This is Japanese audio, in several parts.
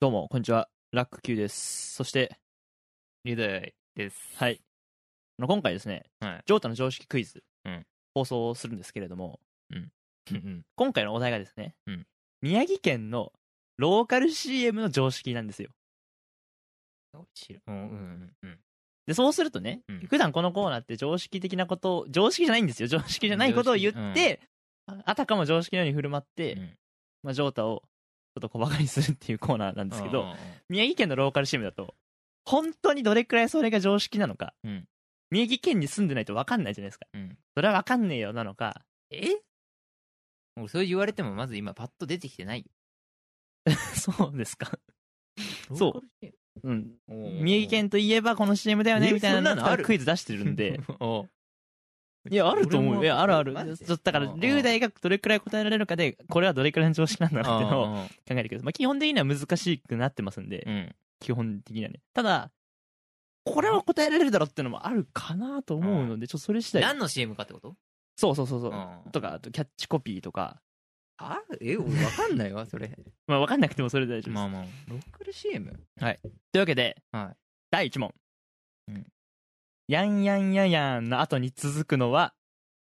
どうも、こんにちは。ラック Q です。そして、リデイです。 はい。あの今回ですね、はいジョータの常識クイズ、うん放送をするんですけれども、うん今回のお題がですね、うん宮城県のローカル CM の常識なんですよ。うん。知らうんうんうんうん。で、そうするとね、うん普段このコーナーって常識的なことを、常識じゃないんですよ。常識じゃないことを言って、ああたかも常識のように振る舞って、うんまあ、ジョータをちょっと小馬鹿にするっていうコーナーなんですけど、うんうん宮城県のローカル CM だと、本当にどれくらいそれが常識なのか、うん宮城県に住んでないと分かんないじゃないですか。うんうんそれは分かんねえよなのか、 えもうそう言われてもまず今パッと出てきてないそうですか。よ。そうローカルシーン。うん。おー宮城県といえばこの CM だよね、えみたいなそんなののある。クイズ出してるんで。おう いや、あると思うよ。いや、あるあるマジ。でそうだから、うん龍大がどれくらい答えられるかで、これはどれくらいの常識なんだろうっていうのをう考んえるけど、まあ基本的には難しくなってますんで、うん基本的にはね。ただ、これは答えられるだろうっていうのもあるかなと思うので、ちょっとそれ次第。何の CM かってことそうそうそうそう。うんとか、あとキャッチコピーとか、あえ、俺わかんないわ、それ。まあ分かんなくてもそれで大丈夫です。まあまあ。ローカル CM? というわけで、はい第1問、うんやんやんやんやんの後に続くのは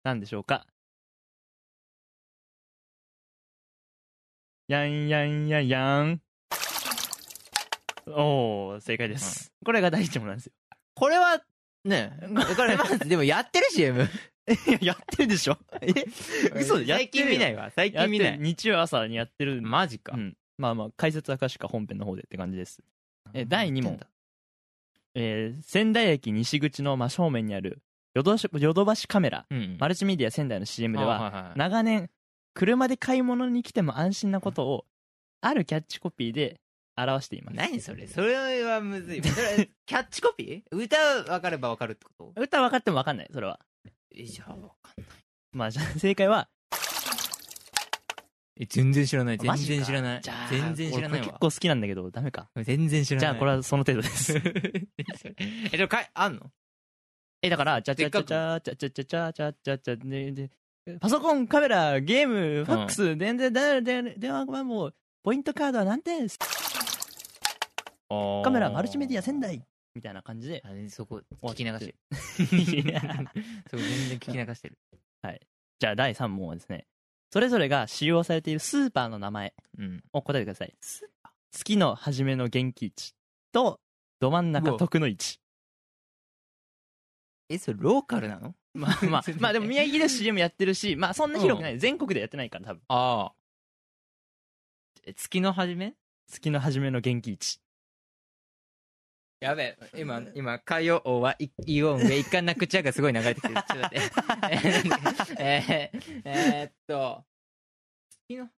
何でしょうかやんやんやんやんおー正解です、これが第1問なんですよこれは、ねえ、わかります。でもやってる CM? いややってるでしょえ嘘でやっ最てる近よ見ないわ。最やっ近て見るない。日曜朝にやってる、マジかう。んまあまあ解説はかしか本編の方でって感じですえ第二問えー仙台駅西口の真正面にあるヨドシヨドバシカメラうんうん。マルチメディア仙台の CM ではは長年車で買い物に来ても安心なことをあるキャッチコピーで表しています何それそれはむずいわそ れキャッチコピー歌分かれば分かるってこと歌分かっても分かんないそれはえじゃあ分かんないまあじゃあ正解はえ全然知らないあマジかないじゃあ全然知らな俺これい結構わ好きなんだけどダメか全然知らじないゃあこれはその程度です えじゃあかいあんのえだからチャチャチャチャチャチャチャチャチャチャチャねでパソコンカメラゲームファックス電電電電電話番号ポイントカードは何点カメラマルチメディア仙台みたいな感じであそこ聞き流してるいや そこ全然聞き流してる じゃあ第3問はですねそれぞれが使用されているスーパーの名前うんを答えてください月の初めの元気値とど真んう中わ徳の位置 えそれローカルなのまあまあま あでも宮城で CM やってるしまあそんな広くない全国でやってないから多分ああ月の初め月の初めの元気値やべえ、今、今、海洋王は、いイオン上、一貫な口や がすごい流れてきてる。ちょっと待って。えー、えーっと、月の、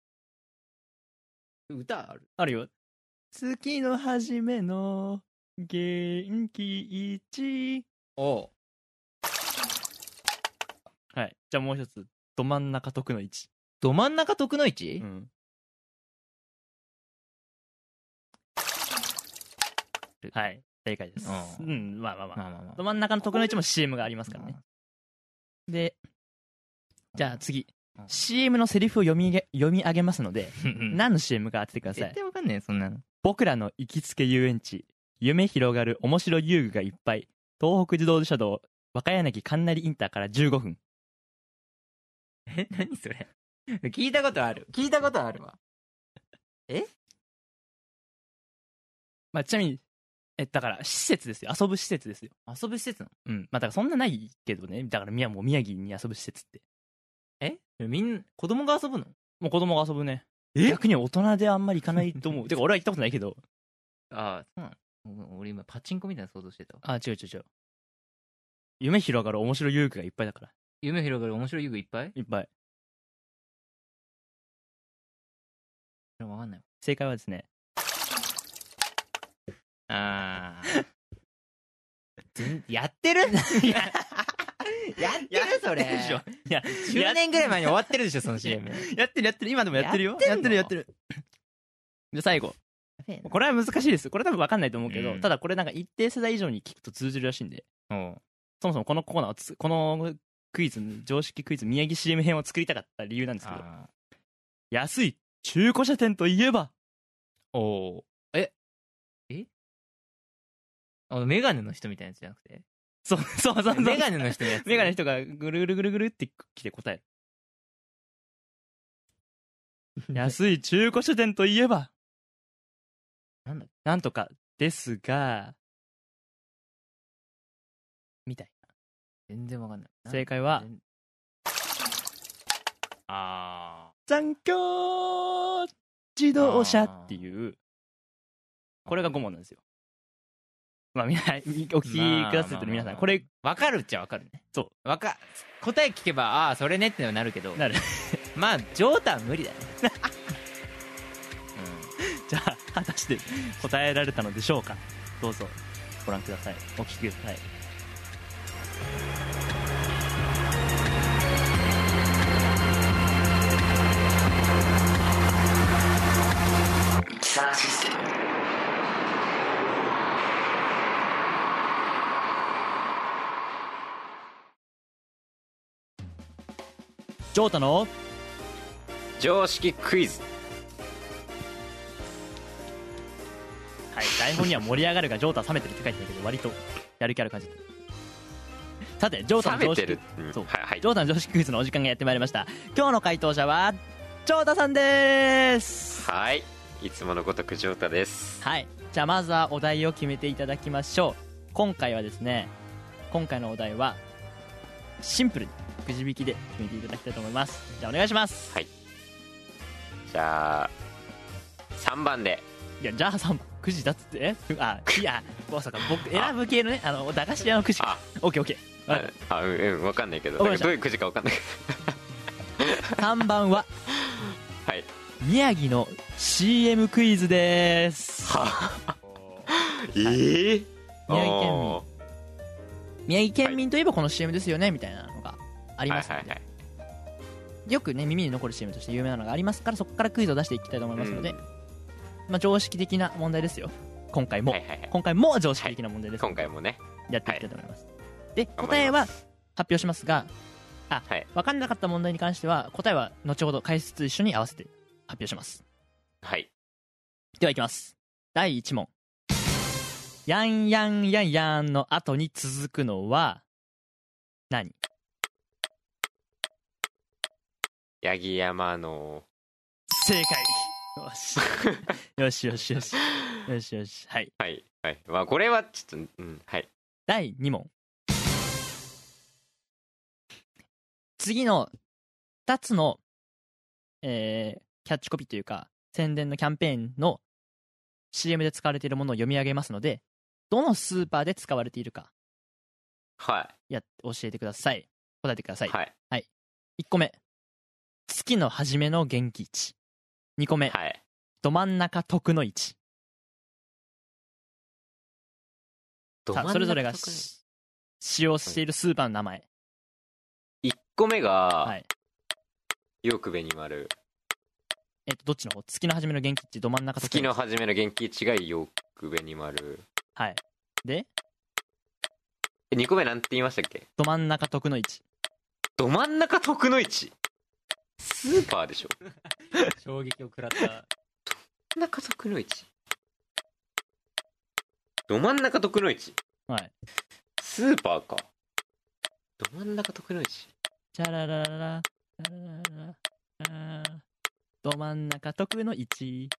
歌あるあるよ月の初めの元気値おうはいじゃあもう一つど真ん中徳の位置ど真ん中徳の位置、うんはい正解ですううんんまあまあまあまあまあまど真ん中の徳の位置も CM がありますからね。で、じゃあ次う。ん CM のセリフを読みげ読み上げますので、あ。何の CM か当ててくださ絶い。対わかんないよ、そんなの。僕らの行きつけ遊園地、夢広がる面白遊具がいっぱい、東北自動車道、若柳神成インターから15分。え、何それ聞いたことある。聞いたことあるわ。まあ、ちなみに、え、だから、施設ですよ。遊ぶ施設ですよ。遊ぶ施設なうん。まあ、だからそんなないけどね。だから、宮、もう宮城に遊ぶ施設って。のえみんな、子供が遊ぶのもう子供が遊ぶね。え逆に大人であんまり行かないと 思う。てか、俺は行ったことないけど。ああ、そうなの俺今、パチンコみたいな想像してたわ。あ、違う違う違う。夢広がる面白い遊具がいっぱいだから。夢広がる面白い遊具いっぱいいっぱい。わかんない。正解はですね、ああ。全 やってるやってるそれ。やってるでしょいや、 10年ぐらい前に終わってるでしょ、その CM。やってるやってる、今でもやってるよ。やってんのる。で、最後。これは難しいです。これ多分分かんないと思うけど、うんただこれなんか一定世代以上に聞くと通じるらしいんで、おうそもそもこのコーナーをつ、このクイズ、常識クイズ、宮城 CM 編を作りたかった理由なんですけど、あ安い中古車店といえば、ーおうえあの、メガネの人みたいなやつじゃなくて。そう、 そう、そう、そうメガネの人のやつ。メガネの人がぐるぐるぐるぐるって来て答える。安い中古書店といえば、なんだっなんとかですが、みたいけ全然わか んない。な。正解は、あ残響自動車っていう、ー。これが5問なんですよ。まあ、 みんな、お聞きくださってる皆さん、これ、、わかるっちゃわかるね。。そうわか、答え聞けば、ああー、それねってなるけど、なる。 まあ、ジョータは無理だね。じゃあ、果たして答えられたのでしょうか。どうぞ、ご覧ください。お聞きください。 Sound system. ジョータの常識クイズはい、台本には盛り上がるが、ジョータは冷めてるって書いてあるけど、割とやる気ある感じださて、ジョータ冷の常めて識る、うんそうはいはいジョータの常識クイズのお時間がやってまいりました。今日の回答者は、ジョータさんですはいいつものごとく城太ですはい、じゃあまずはお題を決めていただきましょう。今回はですね、今回のお題は、シンプルにくじ引きで決めていただきたいと思います。じゃあお願いします。じゃあ3番でいや、じゃあ3番、くじだっつって、 えあ、 いや、まさか僕、選ぶ系のね、あの、駄菓子屋のくじ。あオッケーオッケー。わかっあうんうん分かんないけどわかなりましんかたどういうくじか分かんないけた3番は、どはい宮城の CM クイズですえー、宮城県民お宮城県民といえばこの CM ですよねみたいなのがあーりはまいすのはで、いはいよくね耳に残る CM として有名なのがありますからそこからクイズを出していきたいと思いますので、まあ、常識的な問題ですよ今回も、はいはいはい今回も常識的な問題です、今回もねやっていきたいと思います、で答えは発表しますがあ、はい分かんなかった問題に関しては答えは後ほど解説と一緒に合わせて発表しますはいではいきます第1問やんやんやんやんの後に続くのは何八木山の正解よし よしよしよしよしよしはいはいはいまあこれはちょっとうんはい第2問次の2つの、えーキャッチコピーというか宣伝のキャンペーンの CM で使われているものを読み上げますのでどのスーパーで使われているかはやっ教えてください答えてくださいいはい1個目月の初めの元気値2個目、はいど真ん中徳の位置さあそれぞれがし使用しているスーパーの名前1個目はがいよくべに丸えっとどっちの方月の初めの元気値ど真ん中徳の月位の置初めの元気違いよくべに丸はいでえ2個目なんて言いましたっけど真ん中徳の位置ど真ん中徳の位置スーパーでしょど衝撃を食らった。真ん中徳の位置ど真ん中徳の位置はいスーパーかど真ん中徳の位置チャララララチャラララララど真ん中徳の位置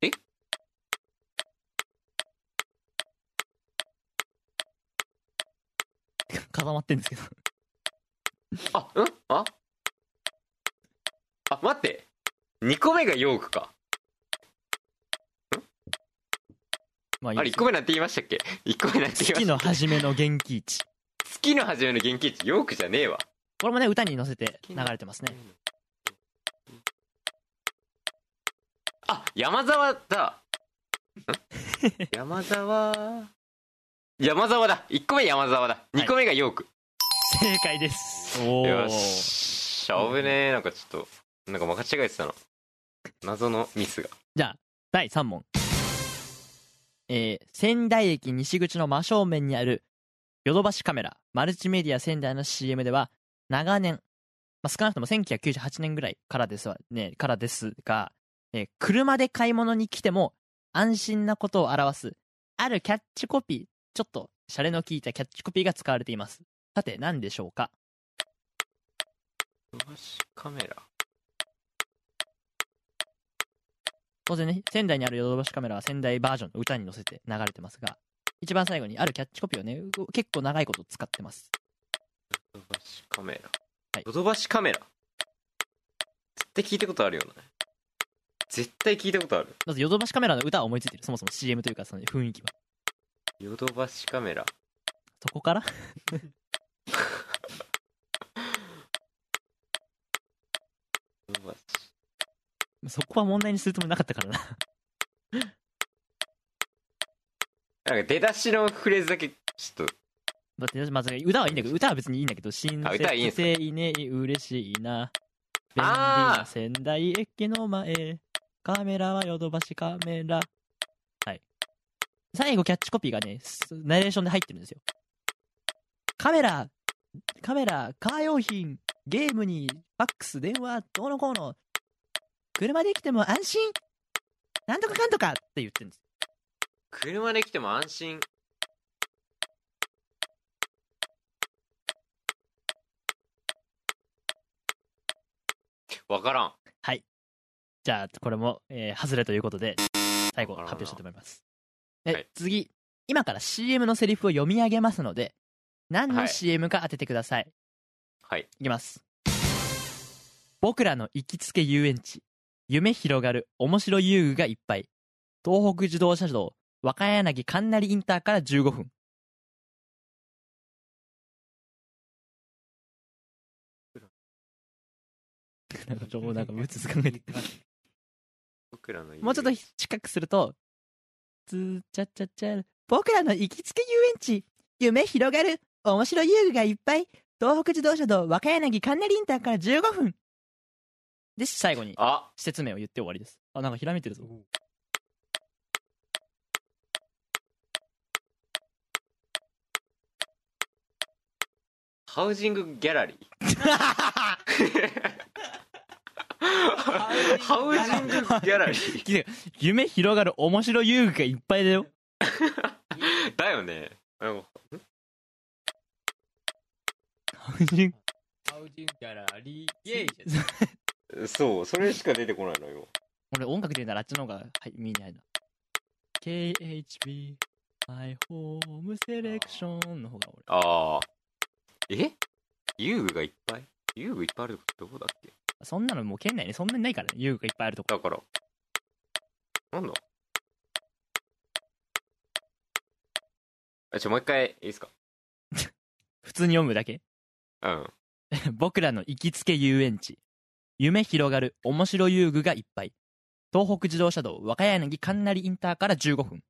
固まってんですけど あうんああ待って2個目がヨークかまあいいあれです1個目なんて言いましたっけ1個目なんて言いま月したのっけ初めの元気値月の初めの元気位置ヨークじゃねえわこれもね歌に乗せて流れてます ねあ山沢だん山沢山沢だ1個目山沢だ2個目がヨーク、正解ですおよしあぶねえなんかちょっとなんか間違えてたの謎のミスがじゃあ第3問えー、仙台駅西口の真正面にあるヨドバシカメラマルチメディア仙台の CM では長年、まあ、少なくとも1998年ぐらいからですわねからですが、えー車で買い物に来ても安心なことを表す、あるキャッチコピー、ちょっと、シャレの効いたキャッチコピーが使われています。さて、何でしょうか回しカメラ。当然ね、仙台にあるヨドバシカメラは仙台バージョンの歌に乗せて流れてますが、一番最後にあるキャッチコピーをね、う結構長いこと使ってます。ヨドバシカメラはい。ヨドバシカメラ。絶対聞いたことあるよね。絶対聞いたことある。まずヨドバシカメラの歌は思いついてる。そもそも CM というかその雰囲気は。ヨドバシカメラ。そこから ヨドバシ。そこは問題にするつもりなかったからな。なんか出だしのフレーズだけ、ちょっと、だって、まず歌はいいんだけど、歌は別にいいんだけど、新あ歌はいい鮮んすかせいね、嬉しいな。便利あーな仙台駅の前、カメラはヨドバシカメラ。はい。最後、キャッチコピーがね、すナレーションで入ってるんですよ。カメラ、カメラ、カー用品、ゲームに、ファックス、電話、どうのこうの、車で来ても安心、なんとかかんとかって言ってるんです。車で来ても安心。わからん。じゃあ、これも、えー、外れということで、最後、発表したいと思います。で、はい次、今から CM のセリフを読み上げますので、何はのい CM か当ててください。はい。いきます。僕らの行きつけ遊園地、夢広がる面白遊具がいっぱい、東北自動車道、若柳かんなりインターから15分。なんかちょもうなんか6つ考えて僕らのもうちょっと近くすると、つーちゃちゃちゃ、僕らの行きつけ遊園地、夢広がる、面白遊具がいっぱい、東北自動車道若柳カンナリンターから15分。で、最後にあ施設名を言って終わりです。あ、なんかひらめいてるぞ。ハウジングギャラリーハウジングギャラリー 夢広がる面白遊具がいっぱいだよ。だよねなんかハウジンギャラリー、イェイそうそれしか出てこないのよ 俺音楽で言うならあっちの方が、はい、見えないな。KHB、My Home Selection の方が俺。ああえ遊具がいっぱい遊具いっぱいあるとこどこだっけそんなのもう県内にそんなにないからね、遊具がいっぱいあるとこ。だからなんだあちょもう一回いいっすか普通に読むだけ。うん 僕らの行きつけ遊園地夢広がる面白遊具がいっぱい東北自動車道若柳かんなりインターから15分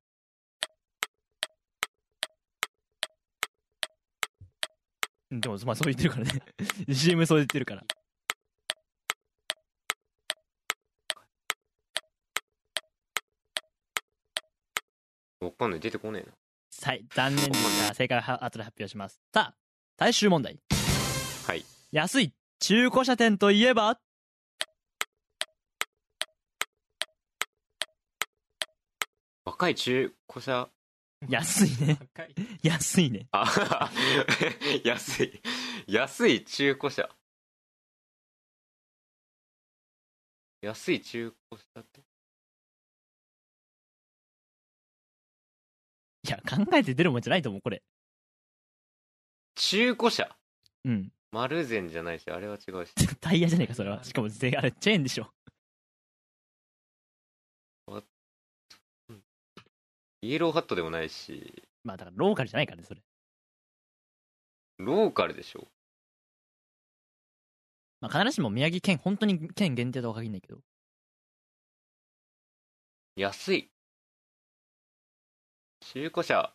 うんでもまあそう言ってるからね CM そう言ってるからわかんない出てこねえなはい残念でした正解は後で発表しますさあ最終問題はい安い中古車店といえば若い中古車安いね高い。安いねあ 安い安い中古車安い中古車っていや考えて出るもんじゃないと思うこれ中古車うん 丸善じゃないしあれは違うしタイヤじゃねえかそれはしかもぜあれチェーンでしょイエローハットでもないしまあだからローカルじゃないからねそれローカルでしょまあ、必ずしも宮城県、本当に県限定とは限らないけど、安い中古車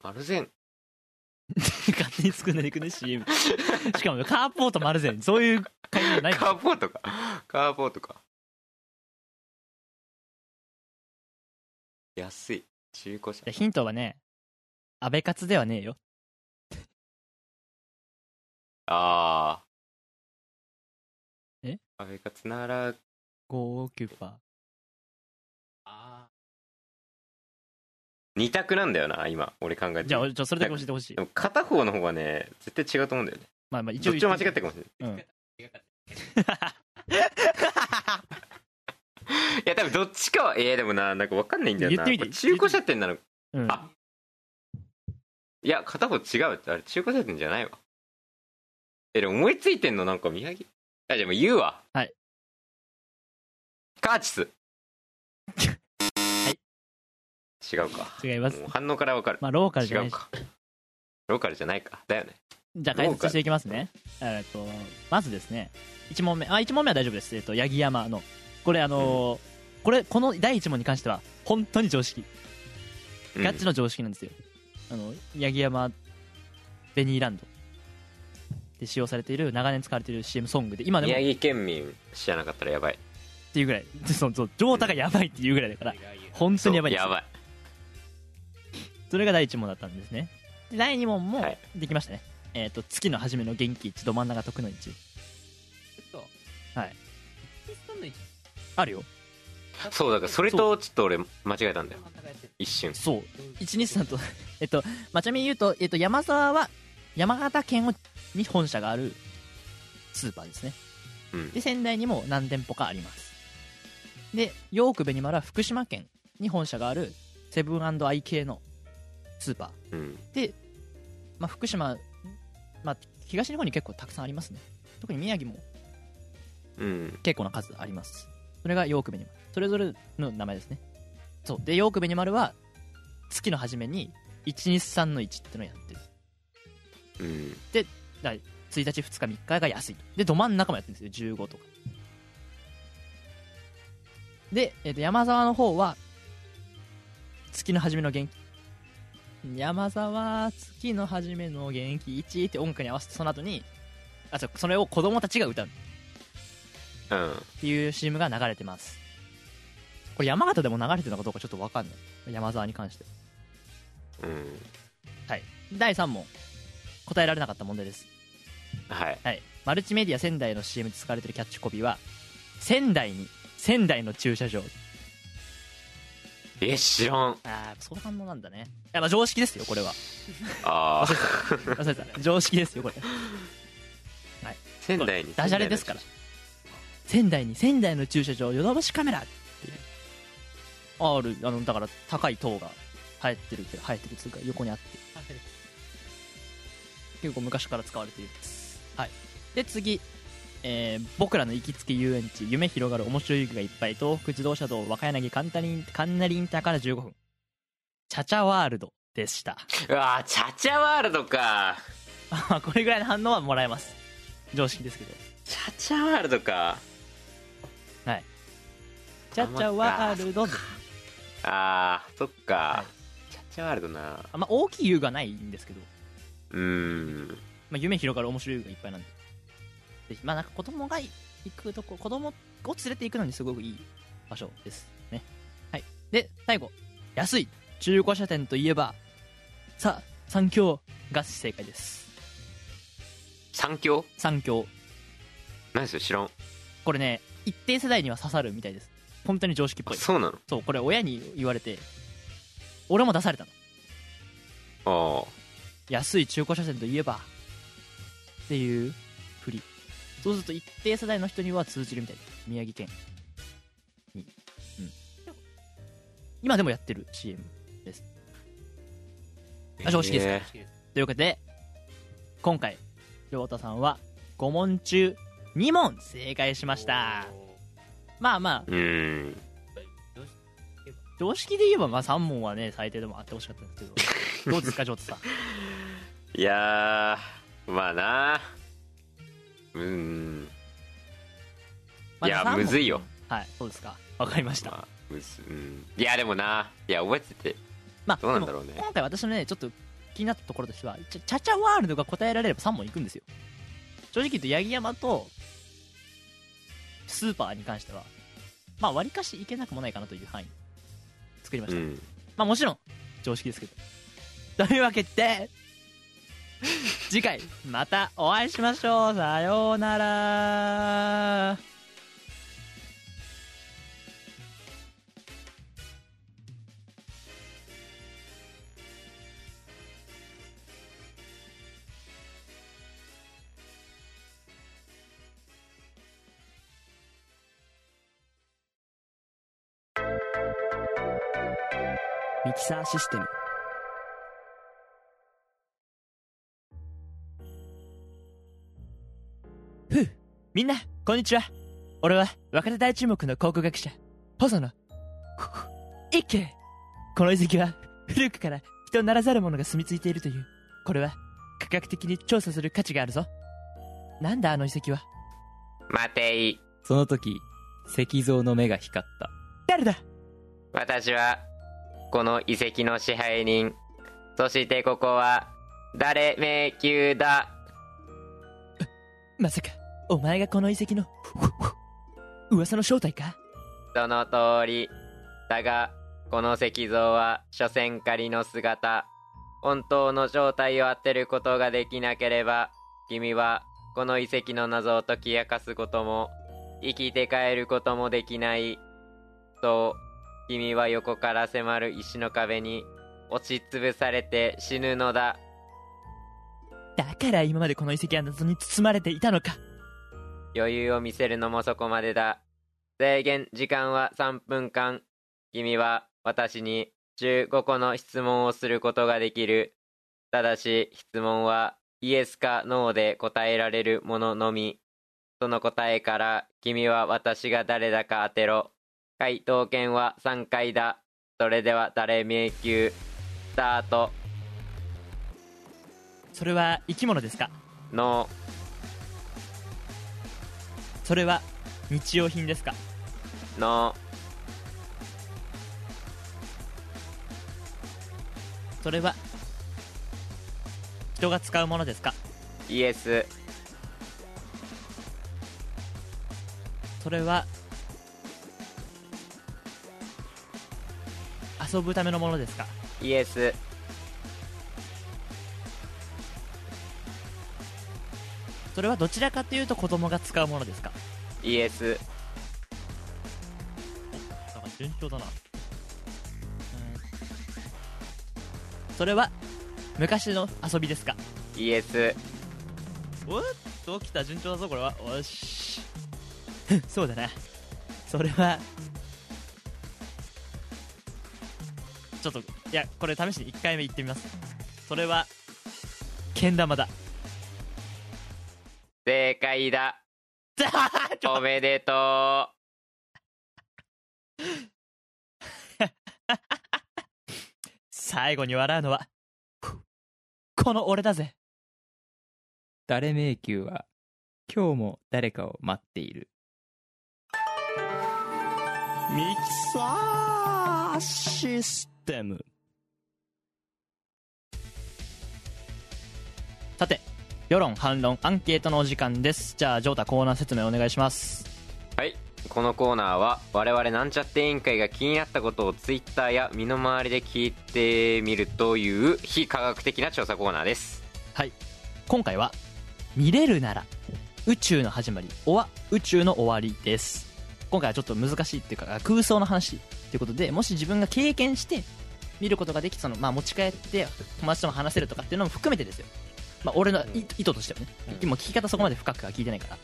丸善 勝手に作んないでくね、CM。し かも、カーポート丸善、そういう会社じゃないカーポートかカーポートか安い中古車でヒントはね、安倍活ではねえよ。ああ。え安倍勝なら、 5、9パ二択なんだよな今俺考えてるじゃあじゃあそれだけ教えてほしいでも片方の方がね絶対違うと思うんだよねまあまあ一ど応っ言ちも間て違ってるかもしれないうん いや多分どっちかはえー、でもななんか分かんないんだよな言ってみてこれ中古車店なのうんあいや片方違うあれ中古車店じゃないわえでも思いついてんのなんか宮城あじゃあもう言うわはいカーチスい違うか違いますもう反応から分かる、まあローカルじゃな違いうしかローカルじゃないかだよねじゃあ解説していきますねえーっとまずですね1問目あ一問目は大丈夫ですえーっと八木山のこれあのーこれこの第1問に関しては本当に常識うんガチの常識なんですよ。あの、八木山ベニーランドで使用されている、長年使われている CM ソングで、今でもっ宮城県民知らなかったらやばいていうぐらい、 その、そう上太がやばいっていうぐらいだから、本当そうにやばいんですやよばいそれが第1問だったんですね。で第2問もはいできましたね。えっ、と、月の初めの元気一、ど真ん中徳の一。そうはいピストンの位置あるよ。そうだからそれとちょっと俺間違えたんだよ真ん中やってる一瞬そう。123と、 えっと、まあ、ちなみに言うと、えっと、山沢は、山形県をに本社があるスーパーですね。うんで、仙台にも何店舗かあります。で、ヨークベニマルは福島県に本社があるセブンアイ系のスーパー。うんまあ、福島、まあ、東日本に結構たくさんありますね。特に宮城もうん結構な数あります。それがヨークベニマル。それぞれの名前ですね。そう。で、ヨークベニマルは、月の初めに、123の1ってのをやってる。うん1日、2日、3日が安いと。で、ど真ん中もやってるんですよ、15とか。で、えーと山沢の方は、月の初めの元気。山沢、月の初めの元気1って音楽に合わせて、その後に、あ、そう、それを子供たちが歌うっうんていう CM が流れてます。これ山形でも流れてるのかどうかちょっとわかんない。山沢に関して。うんはい。第3問。答えられなかった問題です。はいはい、マルチメディア仙台の CM で使われているキャッチコピーは「仙台に仙台の駐車場え知らん」ああそう反応なんだねいやまあ常識ですよこれはああ忘れてた常識ですよこれ仙台にダジャレですから仙台に仙台の駐車場ヨドバシカメラっていうあるあのだから高い塔が生えてるけど生えてるっていうか横にあって結構昔から使われているです、はい、で次、えー僕らの行きつけ遊園地夢広がる面白い雪がいっぱい東北自動車道若柳カンタリンカンナリンターから15分チャチャワールドでした うわーチャチャワールドかあこれぐらいの反応はもらえます常識ですけどチャチャワールドかチャチャワールドですあーそっか、はいチャチャワールドなあんま大きい遊具はないんですけど、うーんまあ、夢広がる面白い遊具がいっぱいなんでぜひまあなんか子供が行くとこ子供を連れて行くのにすごくいい場所ですねはいで最後安い中古車店といえばさ三強が正解です三強三強何それ知らんこれね一定世代には刺さるみたいです本当に常識っぽあいそうなそうこれ親に言われて俺も出されたののあ安い中古車店といえばっていうふりそうすると一定世代の人には通じるみたいです宮城県に、うん、今でもやってる CM ああ常識ですえというわけで今回亮太さんは5問中2問正解しましたまあまあーうーん常識で言えばまあ3問はね最低でもあってほしかったんですけどどうです かジョータさんいやーまあなうーんまあいや三問むずいよはいそうですかわかりましたまあむずうんいやでもないや覚えててまあどうなでんもだろうね今回私のねちょっと気になったところとしてはチャチャチャワールドが答えられれば3問いくんですよ正直言うと八木山とスーパーに関してはまあ割かしいけなくもないかなという範囲作りましうた、んまあもちろん常識ですけどというわけで次回またお会いしましょうさようならミキサーシステムふうみんなこんにちは俺は若手大注目の考古学者細野一慶この遺跡は古くから人ならざる者が住み着いているというこれは科学的に調査する価値があるぞなんだあの遺跡は待てい。その時、石像の目が光った。誰だ私は、この遺跡の支配人。そしてここは、誰迷宮だ。まさかお前がこの遺跡の噂の正体かその通り。だが、この石像は、所詮仮の姿。本当の正体を当てることができなければ、君は、この遺跡の謎を解き明かすことも、生きて帰ることもできない。そう、君は横から迫る石の壁に、押しつぶされて死ぬのだ。だから今までこの遺跡は謎に包まれていたのか余裕を見せるのもそこまでだ。制限時間は3分間。君は私に15個の質問をすることができる。ただし、質問はイエスかノーで答えられるもののみ。その答えから君は私が誰だか当てろ。回答権は3回だ。それでは誰迷宮。スタート。それは生き物ですかノそれは日用品ですかー、ノそれは人が使うものですかー、イエス、それは遊ぶためのものですかイエス、それはどちらかというと子供が使うものですかイエス、なんか順調だな、うん、それは昔の遊びですかイエス、おっときた順調だぞこれはよし そうだなそれはちょっといやこれ試しに1回目行ってみますそれはけん玉だ 正解だ。ちょおめでと最後に笑うのは この俺だぜ誰迷宮は、今日も誰かを待っている。ミキサーシステムさて世論反論アンケートのお時間ですじゃあジョータコーナー説明お願いしますうはいこのコーナーは我々なんちゃって委員会が気になったことをツイッターや身の回りで聞いてみるという非科学的な調査コーナーですはい今回は「見れるなら宇宙の始まり」「おは宇宙の終わり」です今回はちょっと難しいっていうか空想の話ということでもし自分が経験して見ることができその、まあ、持ち帰って友達とも話せるとかっていうのも含めてですよ、まあ、俺のい、うん意図としてはね、うん今聞き方そこまで深くは聞いてないから、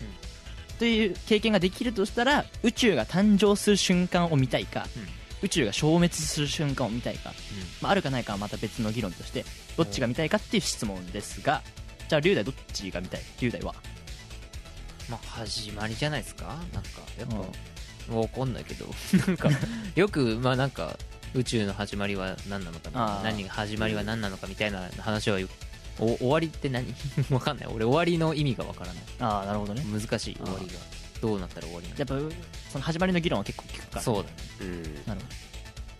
という経験ができるとしたら宇宙が誕生する瞬間を見たいか、うん宇宙が消滅する瞬間を見たいか、まあ、あるかないかはまた別の議論としてどっちが見たいかっていう質問ですがじゃあ龍大どっちが見たい龍大はまあ、始まりじゃないですかなんか、やっぱ、うんもうわかんないけど、 なんか、よく、まあなんか、宇宙の始まりは何なのかあなー何が始まりは何なのかみたいな話はよお終わりって何 わかんない。俺、終わりの意味がわからない。ああなるほどね難しい、終わりが。どうなったら終わりなのやっぱその始まりの議論は結構聞くからそうだね。うんなるほど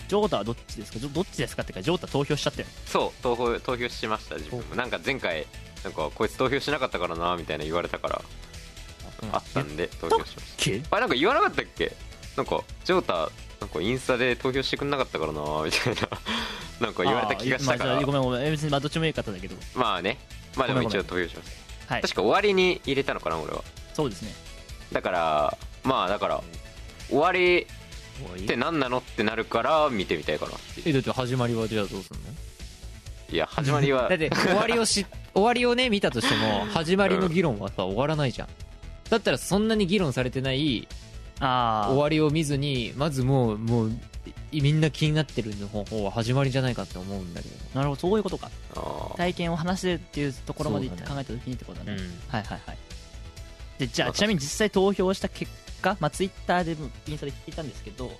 ジョータはどっちですかジョどっちですかっていうかジョータ投票しちゃったよねそう投票投票しました自分もなんか前回なんかこいつ投票しなかったからなみたいな言われたからうんあったんで投票しましけたあなんか言わなかったっけなんかジョータなんかインスタで投票してくんなかったからな みたいななんか言われた気がしたかまあらじゃあごめんごめん別にまあどっちもいい方だけどまあねまあでも一応ご投票しましたはい確か終わりに入れたのかな俺はそうですねだからまあだから終わり終わっりて何なのってなるから見てみたいかなっていうえ、だって始まりはじゃあどうすんのいや始ま りはだって終わりをし終わりをね見たとしても始まりの議論はさ終わらないじゃんだったらそんなに議論されてないあ終わりを見ずにまずもうもうみんな気になってるの方は始まりじゃないかって思うんだけどなるほどそういうことかあー体験を話してるっていうところまでいってそう考だえた時にってことだねうんはいはいはいでじゃあわかちなみに実際投票した結果、まあ、ツイッターでもインスタで聞いたんですけど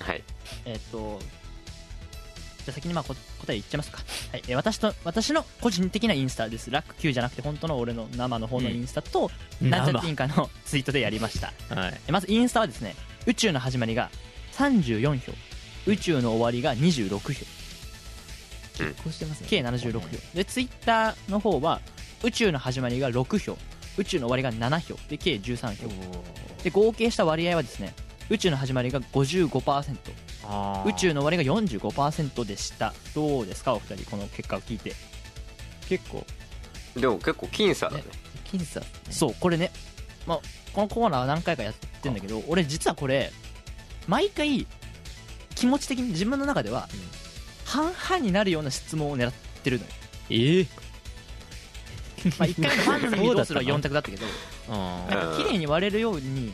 はいえっ、とじゃあ先にまあこ答え言っちゃいますか、はいえー私と私の個人的なインスタですラック Q じゃなくて本当の俺の生の方のインスタと、なんちゃっていいんかのツイートでやりましたはいえまずインスタはですね宇宙の始まりが34票宇宙の終わりが26票こうしてますね計76票でツイッターの方は宇宙の始まりが6票宇宙の終わりが7票で計13票で合計した割合はですね宇宙の始まりが55%宇宙の終わりが45%でしたどうですかお二人この結果を聞いて結構でも結構僅差だね僅差そうこれね、まあ、このコーナーは何回かやってんだけど俺実はこれ毎回気持ち的に自分の中ではうん半々になるような質問を狙ってるのよ、ええまあ、1回目のファンの時にどうするは4択だったけどあ なんか綺麗に割れるように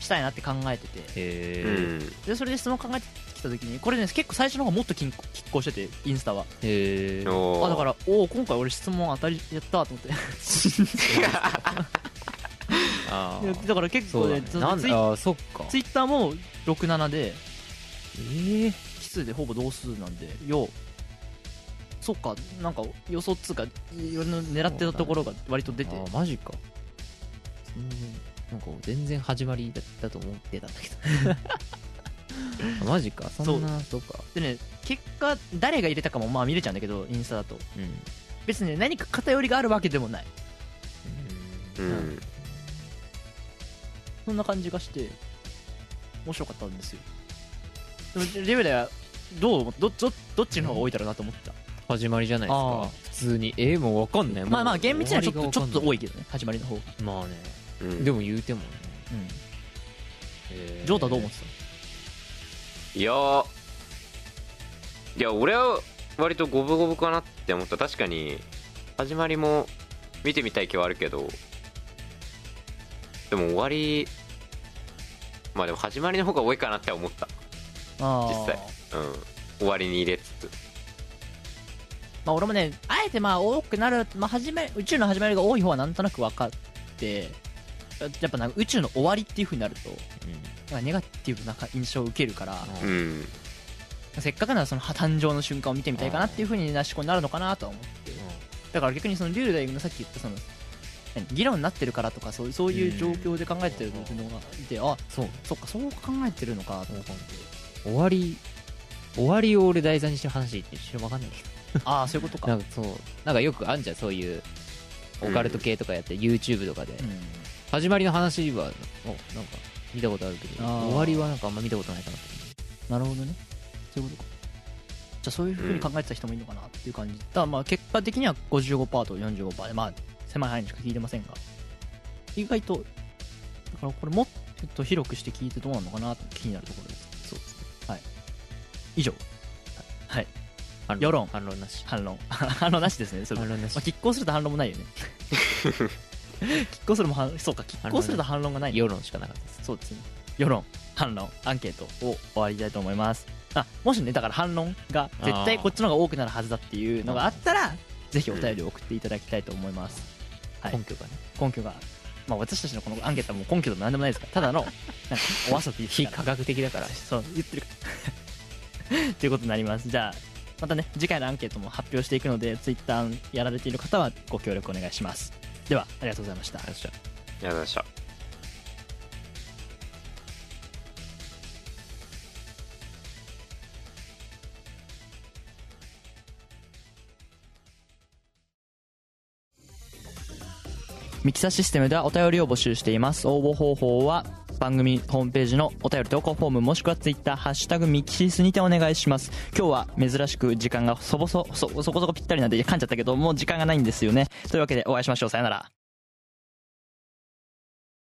したいなって考えててうへえんでそれで質問考えてきた時にこれね結構最初の方もっと均衡拮抗しててインスタはへえおーあだからおお今回俺質問当たりやった と思ってあいやーだから結そ構うねだねなんツだイあーそっかツイッターも67でええ奇数でほぼ同数なんでようそっかなんか予想っつうか俺の狙ってたところが割と出てあーマジか全然なんか全然始まりだったと思ってたんだけ どマジかそんなそうかでね結果誰が入れたかもまあ見れちゃうんだけどインスタだとうんうん別にね何か偏りがあるわけでもないうんそんな感じがして面白かったんですよでもレベルはどう思っどどどっちの方が多いだろうなと思ってた、始まりじゃないですあか普通にえー、もうわかんないまあまあ厳密にはちょっとちょっと多いいけどね始まりの方が、まあねうんでも言うてもねうん、えージョータどう思ってた、いやーいや俺は割と五分五分かなって思った確かに始まりも見てみたい気はあるけどでも終わりまあでも始まりの方が多いかなって思ったあー実際うん終わりに入れつつまあ、俺もねあえてまあ多くなる、まあ、始め宇宙の始まりが多い方はなんとなく分かってやっぱなんか宇宙の終わりっていう風になるとなんかネガティブな印象を受けるから、ううんんせっかくならその誕生の瞬間を見てみたいかなっていう風にな思考になるのかなとは思うだから逆にそのリュウダイのさっき言ったその何議論になってるからとかそうそういう状況で考えてるのがいてあそうそっかそう考えてるのかと思 って終わり終わりを俺題材にしてる話って一瞬わかんないけああそういうことどかなんかそうなんかよくあんじゃんそういうオカルト系とかやって YouTube とかで、うん始まりの話はおなんか見たことあるけどあー終わりはなんかあんま見たことないかなっなるほどねそういうことかじゃあそういうふうに考えてた人もいるのかなっていう感じ、だからまあ結果的には55%と45%でまあ狭い範囲にしか聞いてませんが意外とだからこれもっと広くして聞いてどうなのかなと気になるところですそうですねはい以上はいていう世論反論なし反論 反論なしですねそれ反論なしまあ、拮抗すると反論もない よね拮抗するも反そうか拮抗すると反論がない世論しかなかったですそうですね世論反論アンケートを終わりたいと思いますあもしねだから反論が絶対こっちの方が多くなるはずだっていうのがあったらぜひお便りを送っていただきたいと思いますはい根拠がね根拠がまあ私たちのこのアンケートはもう根拠でも何でもないですからた だのなんかお遊び非科学的だからそう言ってるから ということになりますじゃあまたね次回のアンケートも発表していくのでツイッターやられている方はご協力お願いしますではありがとうございましたよっしゃやだしたミキサシステムではお便りを募集しています応募方法は番組ホームページのお便り投稿フォームもしくはツイッターハッシュタグミキシスにてお願いします今日は珍しく時間がそぼそそそこそこぴったりなんで噛んじゃったけどもう時間がないんですよねというわけでお会いしましょうさよなら